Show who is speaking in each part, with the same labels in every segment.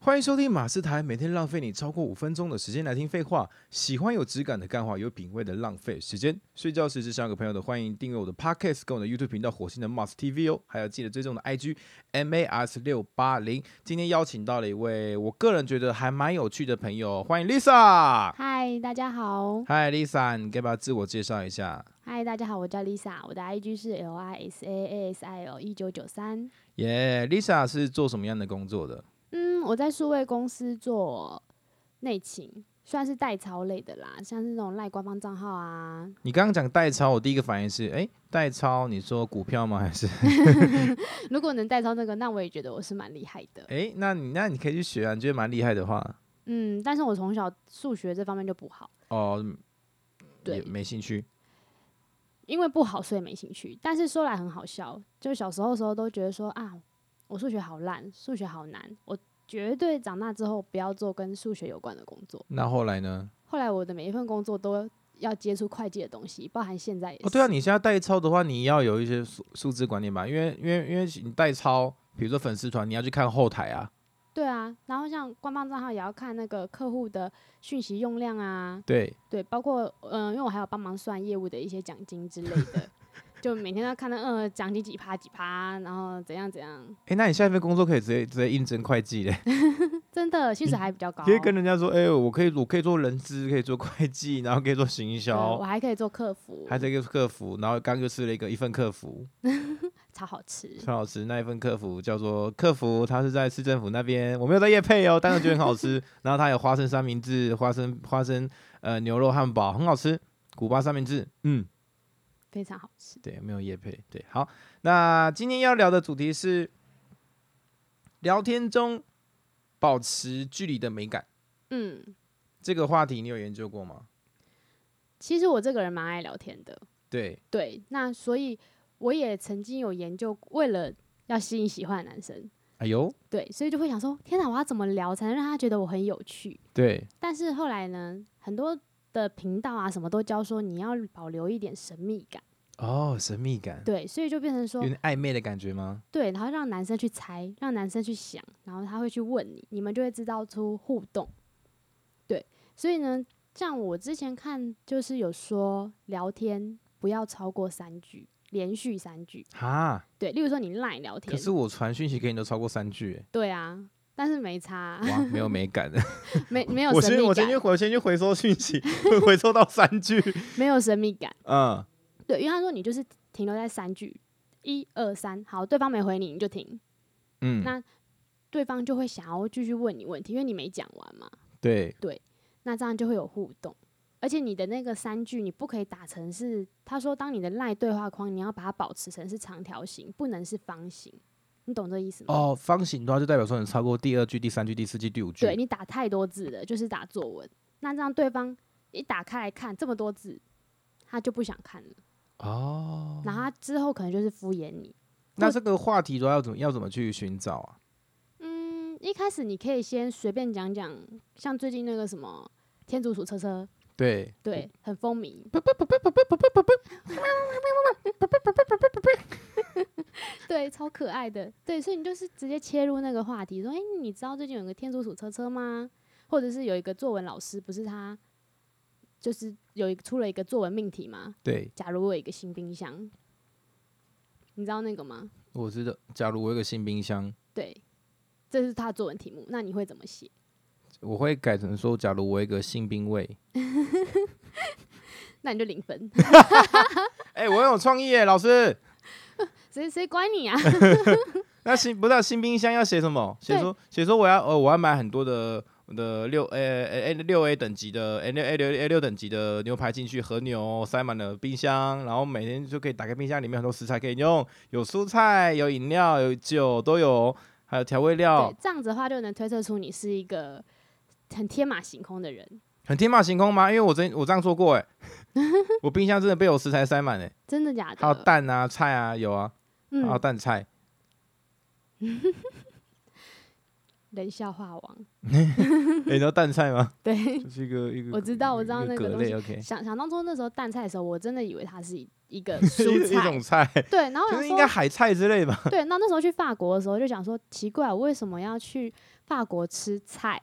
Speaker 1: 欢迎收听马斯台，每天浪费你超过五分钟的时间来听废话。喜欢有质感的干话，有品味的浪费时间。睡觉时只想有个朋友的，欢迎订阅我的 Podcast 跟我的 YouTube 频道火星的 Mars TV 哦，还有记得追踪我的 IG MAS 六八零。今天邀请到了一位我个人觉得还蛮有趣的朋友，欢迎 Lisa。
Speaker 2: 嗨，大家好。
Speaker 1: 嗨，Lisa，你该不要自我介绍一下？
Speaker 2: 嗨，大家好，我叫 Lisa，我的 IG 是 L I S A A S I L 一九九三。
Speaker 1: 耶、l i s a 是做什么样的工作的？
Speaker 2: 嗯，我在数位公司做内勤，算是代操类的啦，像是那种赖官方账号啊，
Speaker 1: 你刚刚讲代抄，我第一个反应是，哎，代抄，你说股票吗？还是？
Speaker 2: 如果能代操那个，那我也觉得我是蛮厉害的。
Speaker 1: 哎，那你那你可以去学啊，你觉得蛮厉害的话，
Speaker 2: 嗯，但是我从小数学这方面就不好，
Speaker 1: 哦，嗯也
Speaker 2: 对，
Speaker 1: 没兴趣。
Speaker 2: 因为不好所以没兴趣。但是说来很好笑，就小时候的时候都觉得说啊，我数学好烂，数学好难，我绝对长大之后不要做跟数学有关的工作。
Speaker 1: 那后来呢？
Speaker 2: 后来我的每一份工作都要接触会计的东西，包含现在也是。
Speaker 1: 哦，对啊，你现在代抄的话，你要有一些数数字观念吧，因为因为因为你代抄，比如说粉丝团，你要去看后台啊，
Speaker 2: 对啊。然后像官方账号也要看那个客户的讯息用量啊，
Speaker 1: 对，
Speaker 2: 对，包括嗯、呃因为我还有帮忙算业务的一些奖金之类 的，就每天都要看那呃奖金几趴几趴，然后怎样怎样，
Speaker 1: 哎，那你下一份工作可以直接直接应征会计嘞，
Speaker 2: 真的薪水还比较高。
Speaker 1: 嗯 可以跟人家说，哎，我可以我可以做人资，可以做会计，然后可以做行
Speaker 2: 对我
Speaker 1: 销，
Speaker 2: 还可以做客服，
Speaker 1: 还是一个客服，然后刚就吃了一个一份客服，
Speaker 2: 超好吃。
Speaker 1: 超好吃。那一份客服叫做客服，他是在市政府那边，我没有在夜配哦，但是觉得很好吃。然后它有花生三明治、花生花生呃牛肉汉堡，很好吃。古巴三明治，嗯，
Speaker 2: 非常好吃，
Speaker 1: 对，没有夜配，对，好。那今天要聊的主题是聊天中保持距离的美感。
Speaker 2: 嗯，
Speaker 1: 这个话题你有研究过吗？
Speaker 2: 其实我这个人蛮爱聊天的，
Speaker 1: 对，
Speaker 2: 对，那所以我也曾经有研究，为了要吸引喜欢的男生，
Speaker 1: 哎呦，
Speaker 2: 对，所以就会想说，天哪，我要怎么聊才能让他觉得我很有趣？
Speaker 1: 对，
Speaker 2: 但是后来呢，很多的频道啊，什么都教说你要保留一点神秘感，
Speaker 1: 哦，神秘感，
Speaker 2: 对，所以就变成说
Speaker 1: 有，点暧昧的感觉吗？
Speaker 2: 对，然后让男生去猜，让男生去想，然后他会去问你，你们就会知道出互动，对，所以呢，像我之前看就是有说聊天不要超过三句，连续三句，
Speaker 1: 哈，
Speaker 2: 对，例如说你赖聊天，
Speaker 1: 可是我传讯息给你都超过三 句、
Speaker 2: 对啊，但是没差啊、
Speaker 1: 哎，哇，没有美感。
Speaker 2: 没没有
Speaker 1: 我
Speaker 2: 神
Speaker 1: 先
Speaker 2: 秘
Speaker 1: 我先去
Speaker 2: 感，
Speaker 1: 回我先去回收讯息， 会回收到三句。
Speaker 2: 没有神秘感。
Speaker 1: 嗯，
Speaker 2: 对，因为他说你就是停留在三句，一二三，好，对方没回你，你就停，
Speaker 1: 嗯，
Speaker 2: 那对方就会想要继续问你问题，因为你没讲完嘛，
Speaker 1: 对，
Speaker 2: 那这样就会有互动。而且你的那个三句，你不可以打成是，他说当你的赖对话框，你要把它保持成是长条形，不能是方形，你懂这意思吗？
Speaker 1: 哦，方形的话就代表说你超过第二句、第三句、第四句、第五句。
Speaker 2: 对你打太多字了，就是打作文，那这样对方一打开来看这么多字，他就不想看了。
Speaker 1: 哦，
Speaker 2: 然后他之后可能就是敷衍你。
Speaker 1: 那这个话题的话要怎么要怎么去寻找啊？
Speaker 2: 嗯，一开始你可以先随便讲讲，像最近那个什么天竺鼠车车，
Speaker 1: 对，
Speaker 2: 对，很风靡。 对，超可爱的。对，所以你就是直接切入那个话题，说：“哎、你知道最近有个天竺鼠车车吗？”或者是有一个作文老师，不是他，就是有一个出了一个作文命题吗？
Speaker 1: 对，
Speaker 2: 假如我有一个新冰箱，你知道那个吗？
Speaker 1: 我知道。假如我有个新冰箱，
Speaker 2: 对，这是他的作文题目，那你会怎么写？
Speaker 1: 我会改成说，假如我有一个新兵卫。
Speaker 2: 那你就零分，
Speaker 1: 哎、我有创意耶，老师。
Speaker 2: 谁谁管你啊？
Speaker 1: 那新不知道新冰箱要写什么？写
Speaker 2: 对
Speaker 1: 说写说我要呃我要买很多的我的六 A A 六 A 等级的 A 六 A 六 A 六等级的牛排进去，和牛塞满了冰箱，然后每天就可以打开冰箱，里面很多食材可以用，有蔬菜，有饮料，有酒都有，还有调味料
Speaker 2: 对，，这样子的话就能推测出你是一个很天马行空的人，
Speaker 1: 很天马行空吗？因为我真我这样做过 哎、我冰箱真的被我食材塞满哎、
Speaker 2: 真的假的？
Speaker 1: 还有蛋啊菜啊有啊，还有
Speaker 2: 嗯，
Speaker 1: 蛋菜，
Speaker 2: 人笑话王，
Speaker 1: 诶欸你知道蛋菜 吗？
Speaker 2: 对，
Speaker 1: 就是一个一个
Speaker 2: 我知道我知道
Speaker 1: 一
Speaker 2: 那个
Speaker 1: 葛
Speaker 2: 东
Speaker 1: 类
Speaker 2: 西
Speaker 1: ，OK，
Speaker 2: 想想当初那时候淡菜的时候，我真的以为它是一 一个
Speaker 1: 一
Speaker 2: 蔬
Speaker 1: 一
Speaker 2: 菜
Speaker 1: 种，菜，
Speaker 2: 对，然后我
Speaker 1: 就
Speaker 2: 想
Speaker 1: 是应该
Speaker 2: 说，
Speaker 1: 海菜之类吧？
Speaker 2: 对，然后那时候去法国的时候就想说，奇怪，我为什么要去法国吃菜？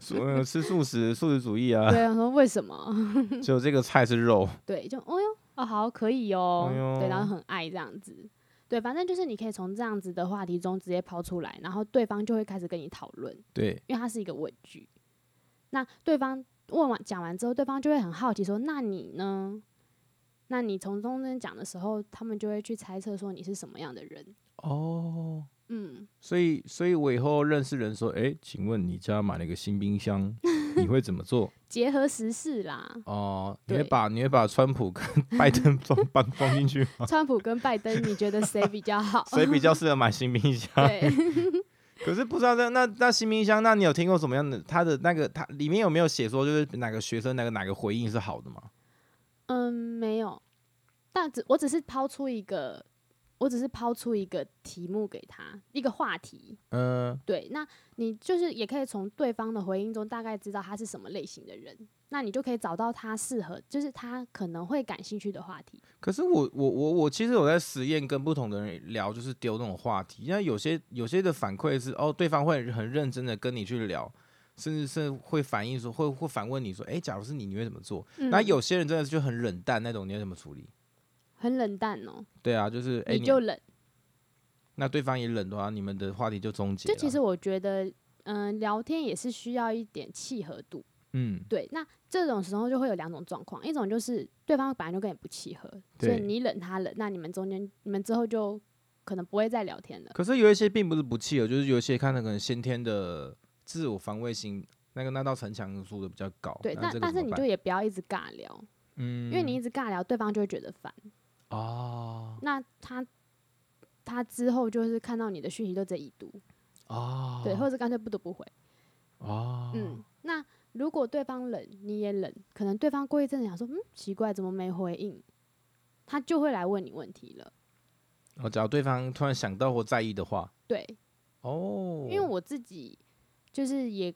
Speaker 1: 素呃吃素食、素食主义啊，
Speaker 2: 对，我说为什么？
Speaker 1: 只有这个菜是肉。
Speaker 2: 对，就哦哟，哦好，可以哦，
Speaker 1: 哎呦
Speaker 2: 对，然后很爱这样子，对，反正就是你可以从这样子的话题中直接抛出来，然后对方就会开始跟你讨论，
Speaker 1: 对，
Speaker 2: 因为它是一个问句。那对方问完讲完之后，对方就会很好奇说：“那你呢？”那你从中间讲的时候，他们就会去猜测说你是什么样的人。
Speaker 1: 哦，
Speaker 2: 嗯，
Speaker 1: 所以所以我以后认识人说，哎，请问你家买了一个新冰箱，你会怎么做？，
Speaker 2: 结合时事啦
Speaker 1: 哦，你会
Speaker 2: 对
Speaker 1: 把你会把川普 跟拜登放放放进去吗？？
Speaker 2: 川普跟拜登，你觉得谁比较好
Speaker 1: 谁比较适合买新冰箱？
Speaker 2: 对，
Speaker 1: 可是不知道那那那新冰箱，那你有听过什么样的？它的那个它里面有没有写说，就是哪个学生哪个哪个回应是好的吗？
Speaker 2: 嗯，没有，但只我只是抛出一个，我只是抛出一个题目给他，一个话题。
Speaker 1: 嗯、
Speaker 2: 对，那你就是也可以从对方的回应中大概知道他是什么类型的人，那你就可以找到他适合，就是他可能会感兴趣的话题。
Speaker 1: 可是我我我我其实有在实验跟不同的人聊，就是丢那种话题。因为有些有些的反馈是哦，对方会很认真的跟你去聊，甚至是会反映说会会反问你说，哎、假如是你，你会怎么做？那、
Speaker 2: 嗯
Speaker 1: 有些人真的就很冷淡那种，你要怎么处理？
Speaker 2: 很冷淡哦、
Speaker 1: 对啊，就是哎、
Speaker 2: 你
Speaker 1: 你
Speaker 2: 就冷。
Speaker 1: 那对方也冷的话，你们的话题就终结
Speaker 2: 就
Speaker 1: 了。
Speaker 2: 其实我觉得，嗯、聊天也是需要一点契合度。
Speaker 1: 嗯，
Speaker 2: 对，那这种时候就会有两种状况，一种就是对方本来就跟你不契合，所
Speaker 1: 对
Speaker 2: 以你冷他冷，那你们中间你们之后就可能不会再聊天了。
Speaker 1: 可是有一些并不是不契合，就是有一些看的可能先天的自我防卫心，那个那道城墙数的比较高。
Speaker 2: 对，
Speaker 1: 那
Speaker 2: 那
Speaker 1: 这个
Speaker 2: 但
Speaker 1: 怎
Speaker 2: 是
Speaker 1: 么
Speaker 2: 你
Speaker 1: 办
Speaker 2: 就也不要一直尬聊，
Speaker 1: 嗯，
Speaker 2: 因为你一直尬聊，对方就会觉得烦。
Speaker 1: 哦
Speaker 2: 那他他之后就是看到你的讯息都直接已读，
Speaker 1: 哦
Speaker 2: 对，或者是干脆不读不回。
Speaker 1: 哦
Speaker 2: 嗯，那如果对方冷，你也冷，可能对方过一阵子想说，嗯，奇怪，怎么没回应？他就会来问你问题了。
Speaker 1: 哦，只要对方突然想到或在意的话，
Speaker 2: 对，
Speaker 1: 哦，
Speaker 2: 因为我自己就是也，因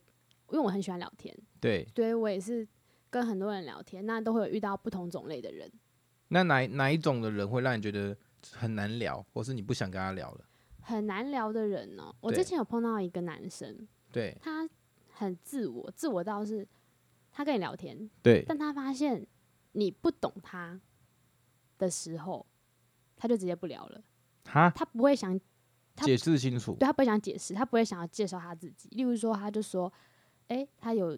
Speaker 2: 为我很喜欢聊天，
Speaker 1: 对，
Speaker 2: 所以我也是跟很多人聊天，那都会有遇到不同种类的人。
Speaker 1: 那哪哪一种的人会让你觉得很难聊，或是你不想跟他聊了？
Speaker 2: 很难聊的人呢、我
Speaker 1: 对
Speaker 2: 之前有碰到一个男生，
Speaker 1: 对
Speaker 2: 他很自我，自我到是他跟你聊天，
Speaker 1: 对，
Speaker 2: 但他发现你不懂他的时候，他就直接不聊了。
Speaker 1: 哈，
Speaker 2: 他不会想，他
Speaker 1: 解释清楚
Speaker 2: 对他不会想解释，他不会想要介绍他自己。例如说，他就说：“诶，他有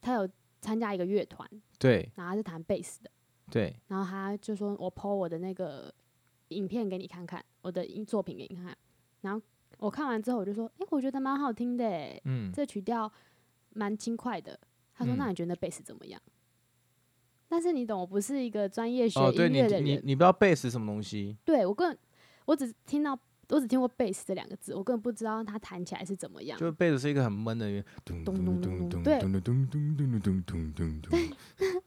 Speaker 2: 他有参加一个乐团，
Speaker 1: 对
Speaker 2: 然后他是弹贝斯的，
Speaker 1: 对
Speaker 2: 然后他就说我 PO 我的那个影片给你看看，我的音作品给你看看。”然后我看完之后，我就说：“诶，我觉得蛮好听的、欸，
Speaker 1: 嗯，
Speaker 2: 这曲调蛮轻快的。”他说：“
Speaker 1: 嗯
Speaker 2: 那你觉得贝斯怎么样？”但是你懂，我不是一个专业学
Speaker 1: 哦，对
Speaker 2: 音
Speaker 1: 你
Speaker 2: 乐的人，
Speaker 1: 你你不知道贝斯什么东西，
Speaker 2: 对我根本我只听到我只听过 bass 这两个字，我根本不知道它弹起来是怎么样。
Speaker 1: 就贝斯是一个很闷的乐，
Speaker 3: 咚
Speaker 2: 咚咚咚咚
Speaker 3: 对
Speaker 2: 对，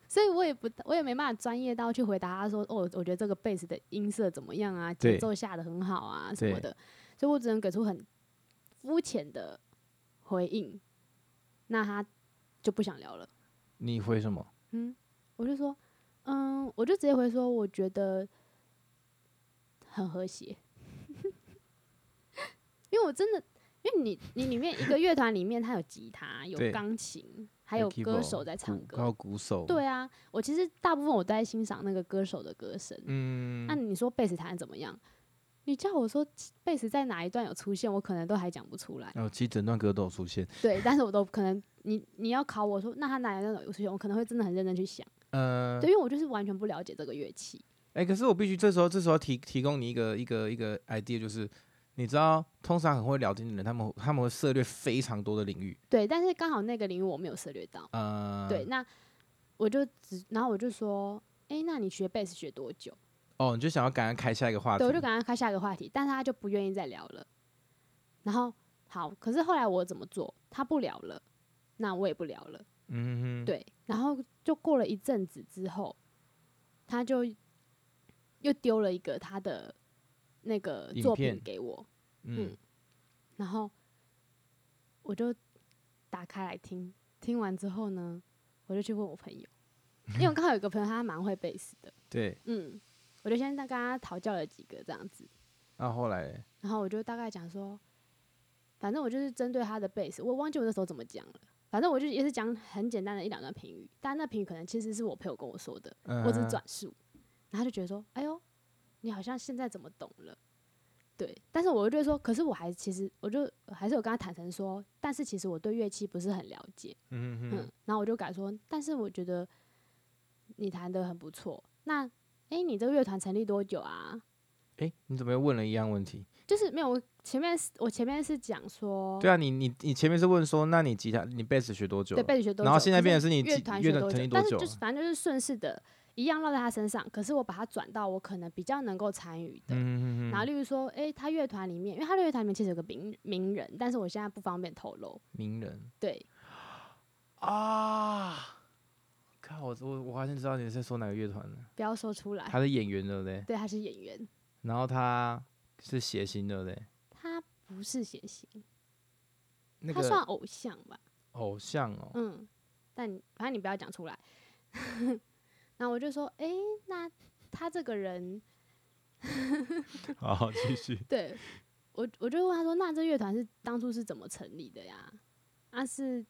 Speaker 2: 所以我也不我也没办法专业到去回答他说哦，我觉得这个 bass 的音色怎么样啊，
Speaker 1: 对
Speaker 2: 节奏下的很好啊什么
Speaker 1: 对
Speaker 2: 的，所以我只能给出很肤浅的回应。那他就不想聊了，
Speaker 1: 你会什么？
Speaker 2: 嗯，我就说，嗯，我就直接回说，我觉得很和谐， 因为我真的，因为你你里面一个乐团里面，它有吉他，有
Speaker 1: 对
Speaker 2: 钢琴，还有
Speaker 1: keyboard，
Speaker 2: 歌手在唱
Speaker 1: 鼓还有
Speaker 2: 歌。
Speaker 1: 鼓手，，
Speaker 2: 对啊，我其实大部分我都在欣赏那个歌手的歌声。
Speaker 1: 嗯
Speaker 2: 那、，你说贝斯弹得怎么样？你叫我说贝斯在哪一段有出现，我可能都还讲不出来。
Speaker 1: 然哦后其实整段歌都有出现，
Speaker 2: 对，但是我都可能你你要考我说，那他哪一段有出现，我可能会真的很认真去想。
Speaker 1: 呃，
Speaker 2: 对，因为我就是完全不了解这个乐器。
Speaker 1: 哎、可是我必须这时候这时候提提供你一个一个一个 idea，就是你知道，通常很会聊天的人，他们他们会涉猎非常多的领域，
Speaker 2: 对，但是刚好那个领域我没有涉猎到。
Speaker 1: 呃，
Speaker 2: 对，，那我就只，然后我就说，诶，那你学贝斯学多久？
Speaker 1: 哦，你就想要赶快开下一个话题，
Speaker 2: 对，我就赶快开下一个话题，但是他就不愿意再聊了。然后好，可是后来我怎么做？他不聊了，那我也不聊了。
Speaker 1: 嗯哼，，
Speaker 2: 对，然后就过了一阵子之后，他就又丢了一个他的那个
Speaker 1: 影
Speaker 2: 作
Speaker 1: 片
Speaker 2: 品给我，
Speaker 1: 嗯
Speaker 2: 嗯，然后我就打开来听，听完之后呢，我就去问我朋友，因为我刚好有个朋友他蛮会贝斯的，
Speaker 1: 对，
Speaker 2: 嗯，我就先跟他讨教了几个这样子，
Speaker 1: 那后来嘞
Speaker 2: 然后我就大概讲说，反正我就是针对他的贝斯，我忘记我那时候怎么讲了，反正我就也是讲很简单的一两段评语，但那评语可能其实是我朋友跟我说的，
Speaker 1: 嗯
Speaker 2: 我只是转述，然后他就觉得说，哎呦，你好像现在怎么懂了？对，但是我就觉得说，可是我还其实我就还是有跟他坦诚说，但是其实我对乐器不是很了解，
Speaker 1: 嗯哼
Speaker 2: 嗯，
Speaker 1: 哼，
Speaker 2: 然后我就改说，但是我觉得你弹的很不错。那诶，你这个乐团成立多久啊？
Speaker 1: 哎、你怎么又问了一样问题？
Speaker 2: 就是没有，我前面是我前面是讲说，
Speaker 1: 对啊，你你你前面是问说，那你吉他你贝斯学多久
Speaker 2: 对，
Speaker 1: 了？
Speaker 2: 贝斯学多久？
Speaker 1: 然后现在
Speaker 2: 可
Speaker 1: 变成是你
Speaker 2: 乐
Speaker 1: 几
Speaker 2: 团
Speaker 1: 乐
Speaker 2: 学
Speaker 1: 团
Speaker 2: 多
Speaker 1: 成立
Speaker 2: 久，
Speaker 1: 多
Speaker 2: 但是
Speaker 1: 久
Speaker 2: 就是
Speaker 1: 啊
Speaker 2: 反正就是顺势的，一样落在他身上。可是我把它转到我可能比较能够参与的，
Speaker 1: 嗯哼哼
Speaker 2: 然后，
Speaker 1: 哼，
Speaker 2: 例如说，诶，他乐团里面，因为他的乐团里面其实有个名名人，但是我现在不方便透露。
Speaker 1: 名人
Speaker 2: 对，
Speaker 1: 啊，看我我我好像知道你在说哪个乐团了，
Speaker 2: 不要说出来。
Speaker 1: 他是演员对不对？
Speaker 2: 对，他是演员，
Speaker 1: 然后他是谐星对不对？
Speaker 2: 他不是谐星，
Speaker 1: 那
Speaker 2: 他算
Speaker 1: 个
Speaker 2: 偶像吧？
Speaker 1: 偶像哦，
Speaker 2: 嗯，但你反正你不要讲出来。 然后我就说，诶，那他这个人，
Speaker 1: 好，继续。
Speaker 2: 对我我就问他说，那这乐团是当初是怎么成立的呀？啊是，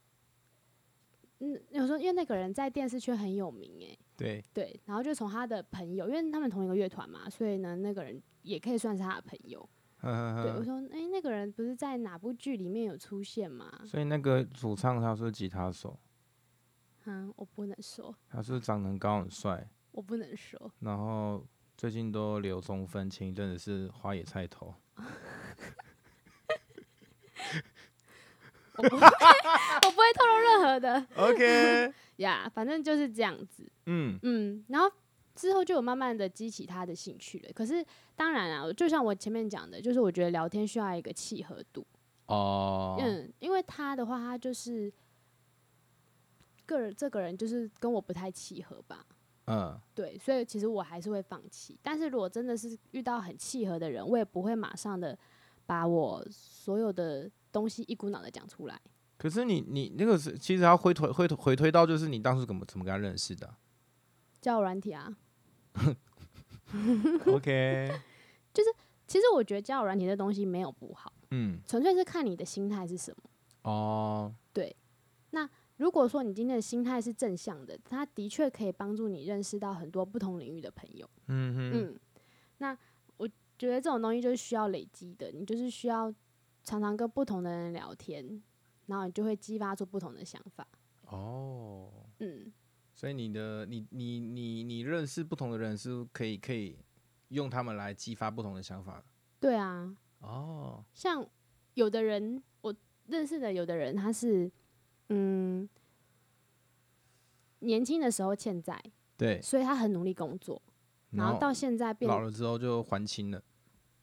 Speaker 2: 嗯，有时候因为那个人在电视圈很有名、诶。
Speaker 1: 对，
Speaker 2: 对，然后就从他的朋友，因为他们同一个乐团嘛，所以呢，那个人也可以算是他的朋友。
Speaker 1: 嗯
Speaker 2: 对，我
Speaker 1: 哼
Speaker 2: 说，哎、那个人不是在哪部剧里面有出现吗
Speaker 1: 哼，？所以那个主唱他是吉他手，
Speaker 2: 嗯，我不能说，
Speaker 1: 他是长得很高很帅，
Speaker 2: 我不能说，
Speaker 1: 然后最近都留中分，前一阵子是花野菜头。
Speaker 2: 我不会， 我不会透露任何的
Speaker 1: OK，
Speaker 2: 呀。反正就是这样子，
Speaker 1: 嗯，
Speaker 2: 嗯，然后之后就有慢慢的激起他的兴趣了。可是当然啊，就像我前面讲的，就是我觉得聊天需要一个契合度。
Speaker 1: 哦，
Speaker 2: 嗯，因为他的话，他就是个人这个人就是跟我不太契合吧，
Speaker 1: 嗯，
Speaker 2: 对，所以其实我还是会放弃。但是如果真的是遇到很契合的人，我也不会马上的把我所有的东西一股脑的讲出来。
Speaker 1: 可是你你那个是，其实要回推回推回推到就是你当初怎么怎么跟他认识的啊、
Speaker 2: 交友软体啊，
Speaker 1: OK，
Speaker 2: 其实我觉得交友软体这东西没有不好，
Speaker 1: 嗯，
Speaker 2: 纯粹是看你的心态是什么。
Speaker 1: 哦，
Speaker 2: 如果说你今天的心态是正向的，它的确可以帮助你认识到很多不同领域的朋友。
Speaker 1: 嗯哼，
Speaker 2: 嗯，那我觉得这种东西就是需要累积的，你就是需要常常跟不同的人聊天，然后你就会激发出不同的想法。
Speaker 1: 哦，
Speaker 2: 嗯，
Speaker 1: 所以你的你你你你认识不同的人是可以可以用他们来激发不同的想法的。
Speaker 2: 对啊，
Speaker 1: 哦，
Speaker 2: 像有的人我认识的，有的人他是嗯年轻的时候欠债，
Speaker 1: 对，
Speaker 2: 所以他很努力工作，然后到现在变
Speaker 1: 老了之后就还清了。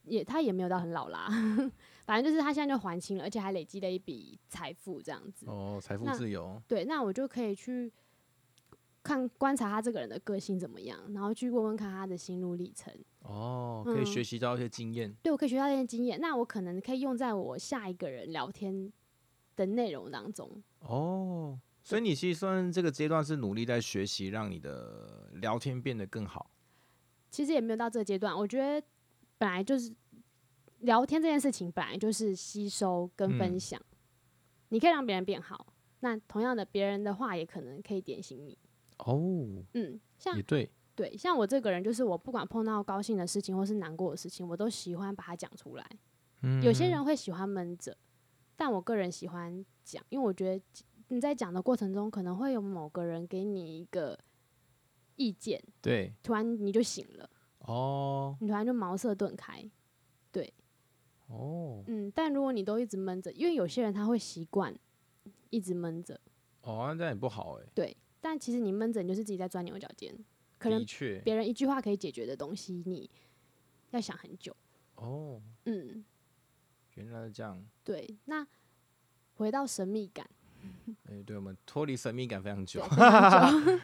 Speaker 2: 也他也没有到很老啦， 反正就是他现在就还清了，而且还累积了一笔财富这样子。
Speaker 1: 哦，财富
Speaker 2: 那
Speaker 1: 自由。
Speaker 2: 对，那我就可以去看观察他这个人的个性怎么样，然后去问问看他的心路历程。
Speaker 1: 哦，可以
Speaker 2: 嗯
Speaker 1: 学习到一些经验。
Speaker 2: 对我可以学到一些经验，那我可能可以用在我下一个人聊天的内容当中。
Speaker 1: 哦，所以你其实算这个阶段是努力在学习，让你的聊天变得更好。
Speaker 2: 其实也没有到这个阶段，我觉得本来就是聊天这件事情，本来就是吸收跟分
Speaker 1: 嗯
Speaker 2: 享，你可以让别人变好。那同样的，别人的话也可能可以点醒你。
Speaker 1: 哦，
Speaker 2: 嗯，像
Speaker 1: 也对。
Speaker 2: 对，像我这个人，就是我不管碰到高兴的事情或是难过的事情，我都喜欢把它讲出来。
Speaker 1: 嗯
Speaker 2: 有些人会喜欢闷着，但我个人喜欢讲，因为我觉得你在讲的过程中，可能会有某个人给你一个意见，
Speaker 1: 对
Speaker 2: 突然你就醒了，
Speaker 1: 哦
Speaker 2: 你突然就茅塞顿开。
Speaker 1: 哦
Speaker 2: 嗯，但如果你都一直闷着，因为有些人他会习惯一直闷着，
Speaker 1: 哦，那这样也不好哎、
Speaker 2: 对，但其实你闷着，你就是自己在钻牛角尖，可能
Speaker 1: 的确
Speaker 2: 别人一句话可以解决的东西，你要想很久。
Speaker 1: 哦，
Speaker 2: 嗯，
Speaker 1: 原来是这样。
Speaker 2: 对，那。回到神秘感，
Speaker 1: 哎、对我们脱离神秘感非常久
Speaker 2: 对，。非常久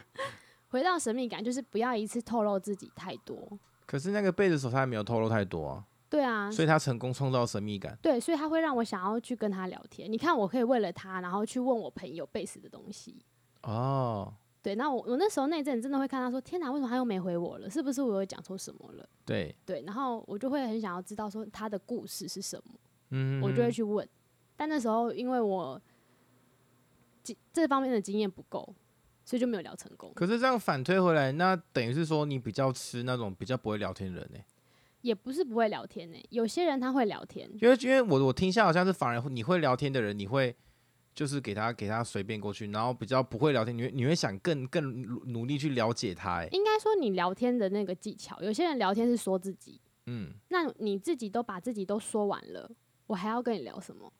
Speaker 2: 回到神秘感，就是不要一次透露自己太多，
Speaker 1: 可是那个贝斯手他也没有透露太多啊，
Speaker 2: 对啊，
Speaker 1: 所以他成功创造神秘感。
Speaker 2: 对，所以他会让我想要去跟他聊天。你看，我可以为了他，然后去问我朋友贝斯的东西。
Speaker 1: 哦，
Speaker 2: 对，那我我那时候那一阵真的会看到说，天哪，为什么他又没回我了？是不是我有讲错什么了？
Speaker 1: 对，
Speaker 2: 对，然后我就会很想要知道说他的故事是什么，
Speaker 1: 嗯，
Speaker 2: 我就会去问。但那时候因为我经这方面的经验不够，所以就没有聊成功。
Speaker 1: 可是这样反推回来，那等于是说你比较吃那种比较不会聊天的人呢、欸
Speaker 2: 也不是不会聊天呢、有些人他会聊天，
Speaker 1: 因为因为我我听下好像是反而你会聊天的人，你会就是给他给他随便过去，然后比较不会聊天，你会你会想更更努努力去了解他、欸，
Speaker 2: 应该说你聊天的那个技巧，有些人聊天是说自己，
Speaker 1: 嗯，
Speaker 2: 那你自己都把自己都说完了，我还要跟你聊什么？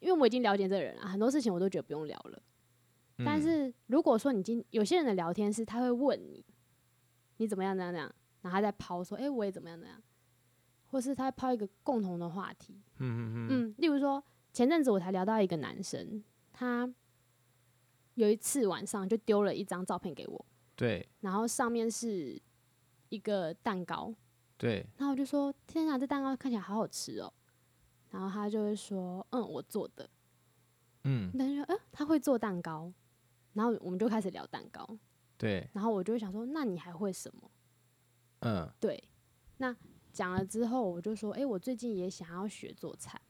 Speaker 2: 因为我已经了解这个人了，很多事情我都觉得不用聊了。但
Speaker 1: 嗯
Speaker 2: 是如果说你今有些人的聊天是他会问你，你怎么样怎么样怎么样，然后他再抛说，哎、我也怎么样怎么样，或是他会抛一个共同的话题，
Speaker 1: 嗯嗯嗯，
Speaker 2: 嗯，例如说前阵子我才聊到一个男生，他有一次晚上就丢了一张照片给我，
Speaker 1: 对
Speaker 2: 然后上面是一个蛋糕，
Speaker 1: 对，
Speaker 2: 然后我就说：“天啊，这蛋糕看起来好好吃哦。”然后他就会说：“嗯，我做的。
Speaker 1: 嗯”
Speaker 2: 但是说：“嗯、他会做蛋糕。”然后我们就开始聊蛋糕，
Speaker 1: 对，
Speaker 2: 然后我就会想说：“那你还会什么
Speaker 1: 嗯？”
Speaker 2: 对，那讲了之后，我就说：“诶，我最近也想要学做菜。”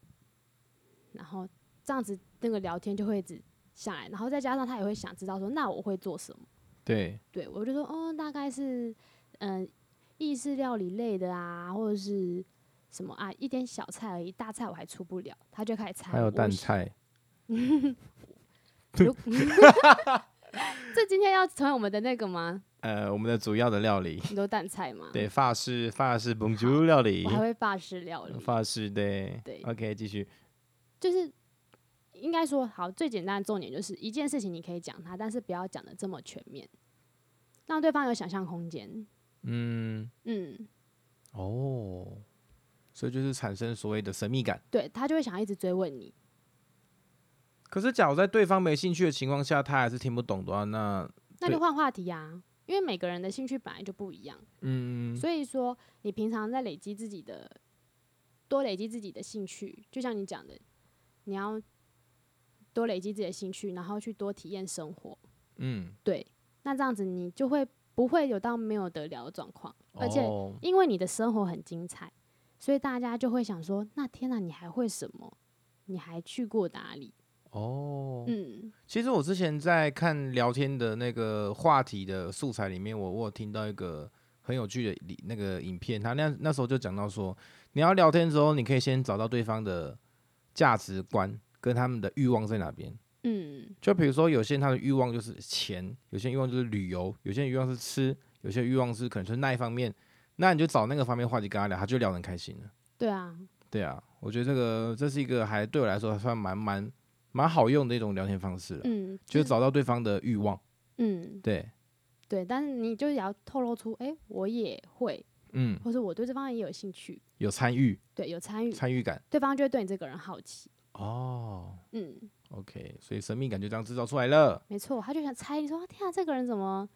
Speaker 2: 然后这样子那个聊天就会一直下来，然后再加上他也会想知道说：“那我会做什么？”
Speaker 1: 对，
Speaker 2: 对我就说哦，大概是嗯、呃意式料理类的啊，或者是什么啊，一点小菜而已，大菜我还出不了。他就开始猜，
Speaker 1: 还有蛋。菜，
Speaker 2: 如 这今天要成为我们的那个吗？
Speaker 1: 呃，我们的主要的料理，
Speaker 2: 你都蛋菜吗？，
Speaker 1: 对，法式法式 bonjour 料理
Speaker 2: 我，还会法式料理，
Speaker 1: 法式对
Speaker 2: 对
Speaker 1: o k 继续，
Speaker 2: 就是应该说好，最简单的重点就是一件事情你可以讲它，但是不要讲的这么全面，让对方有想象空间。
Speaker 1: 嗯，
Speaker 2: 嗯，
Speaker 1: 哦，所以就是产生所谓的神秘感。
Speaker 2: 对他就会想一直追问你。
Speaker 1: 可是，假如在对方没兴趣的情况下，他还是听不懂的话，那
Speaker 2: 那
Speaker 1: 对
Speaker 2: 就换话题啊，因为每个人的兴趣本来就不一样，
Speaker 1: 嗯，
Speaker 2: 所以说你平常在累积自己的，多累积自己的兴趣，就像你讲的，你要多累积自己的兴趣，然后去多体验生活，
Speaker 1: 嗯，
Speaker 2: 对，那这样子你就会不会有到没有得聊的状况，而且
Speaker 1: 哦
Speaker 2: 因为你的生活很精彩，所以大家就会想说，那天呐，你还会什么？你还去过哪里？
Speaker 1: 哦，
Speaker 2: 嗯，
Speaker 1: 其实我之前在看聊天的那个话题的素材里面，我我有听到一个很有趣的里那个影片，他那那时候就讲到说，你要聊天的时候，你可以先找到对方的价值观跟他们的欲望在哪边。
Speaker 2: 嗯，
Speaker 1: 就比如说，有些人他的欲望就是钱，有些人欲望就是旅游，有些人欲望是吃，有些人欲望是可能是那一方面，那你就找那个方面话题跟他聊，他就聊得很开心了。
Speaker 2: 对啊，
Speaker 1: 对啊，我觉得这个这是一个还对我来说还算蛮蛮蛮好用的一种聊天方式了，
Speaker 2: 嗯，
Speaker 1: 就是找到对方的欲望。
Speaker 2: 嗯，
Speaker 1: 对，
Speaker 2: 对，但是你就也要透露出，哎、我也会，
Speaker 1: 嗯，
Speaker 2: 或是我对这方面也有兴趣，
Speaker 1: 有参与
Speaker 2: 对，有参与，
Speaker 1: 参与感。
Speaker 2: 对方就会对你这个人好奇。
Speaker 1: 哦
Speaker 2: 嗯，
Speaker 1: ，OK，所以神秘感就这样制造出来了，
Speaker 2: 没错，他就想猜你说，天啊，这个人怎么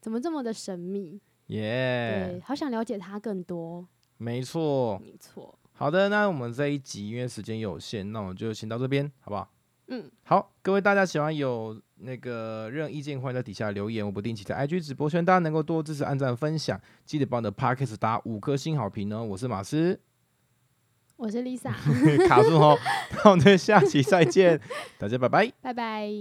Speaker 2: 怎么这么的神秘？对，
Speaker 1: 耶、
Speaker 2: 好想了解他更多。
Speaker 1: 没错。
Speaker 2: 没错，
Speaker 1: 好的，那我们这一集因为时间有限，那我们就先到这边，好不好？
Speaker 2: 嗯，
Speaker 1: 好，各位大家喜欢有那个任何意见，欢迎在底下留言。我不定期在 IG 直播，希望大家能够多支持、按赞、分享，记得帮我的 Podcast 打五颗星好评哦。我是马斯，
Speaker 2: 我是 Lisa，
Speaker 1: 卡住哦，那我们就下期再见，大家拜拜。
Speaker 2: 拜拜。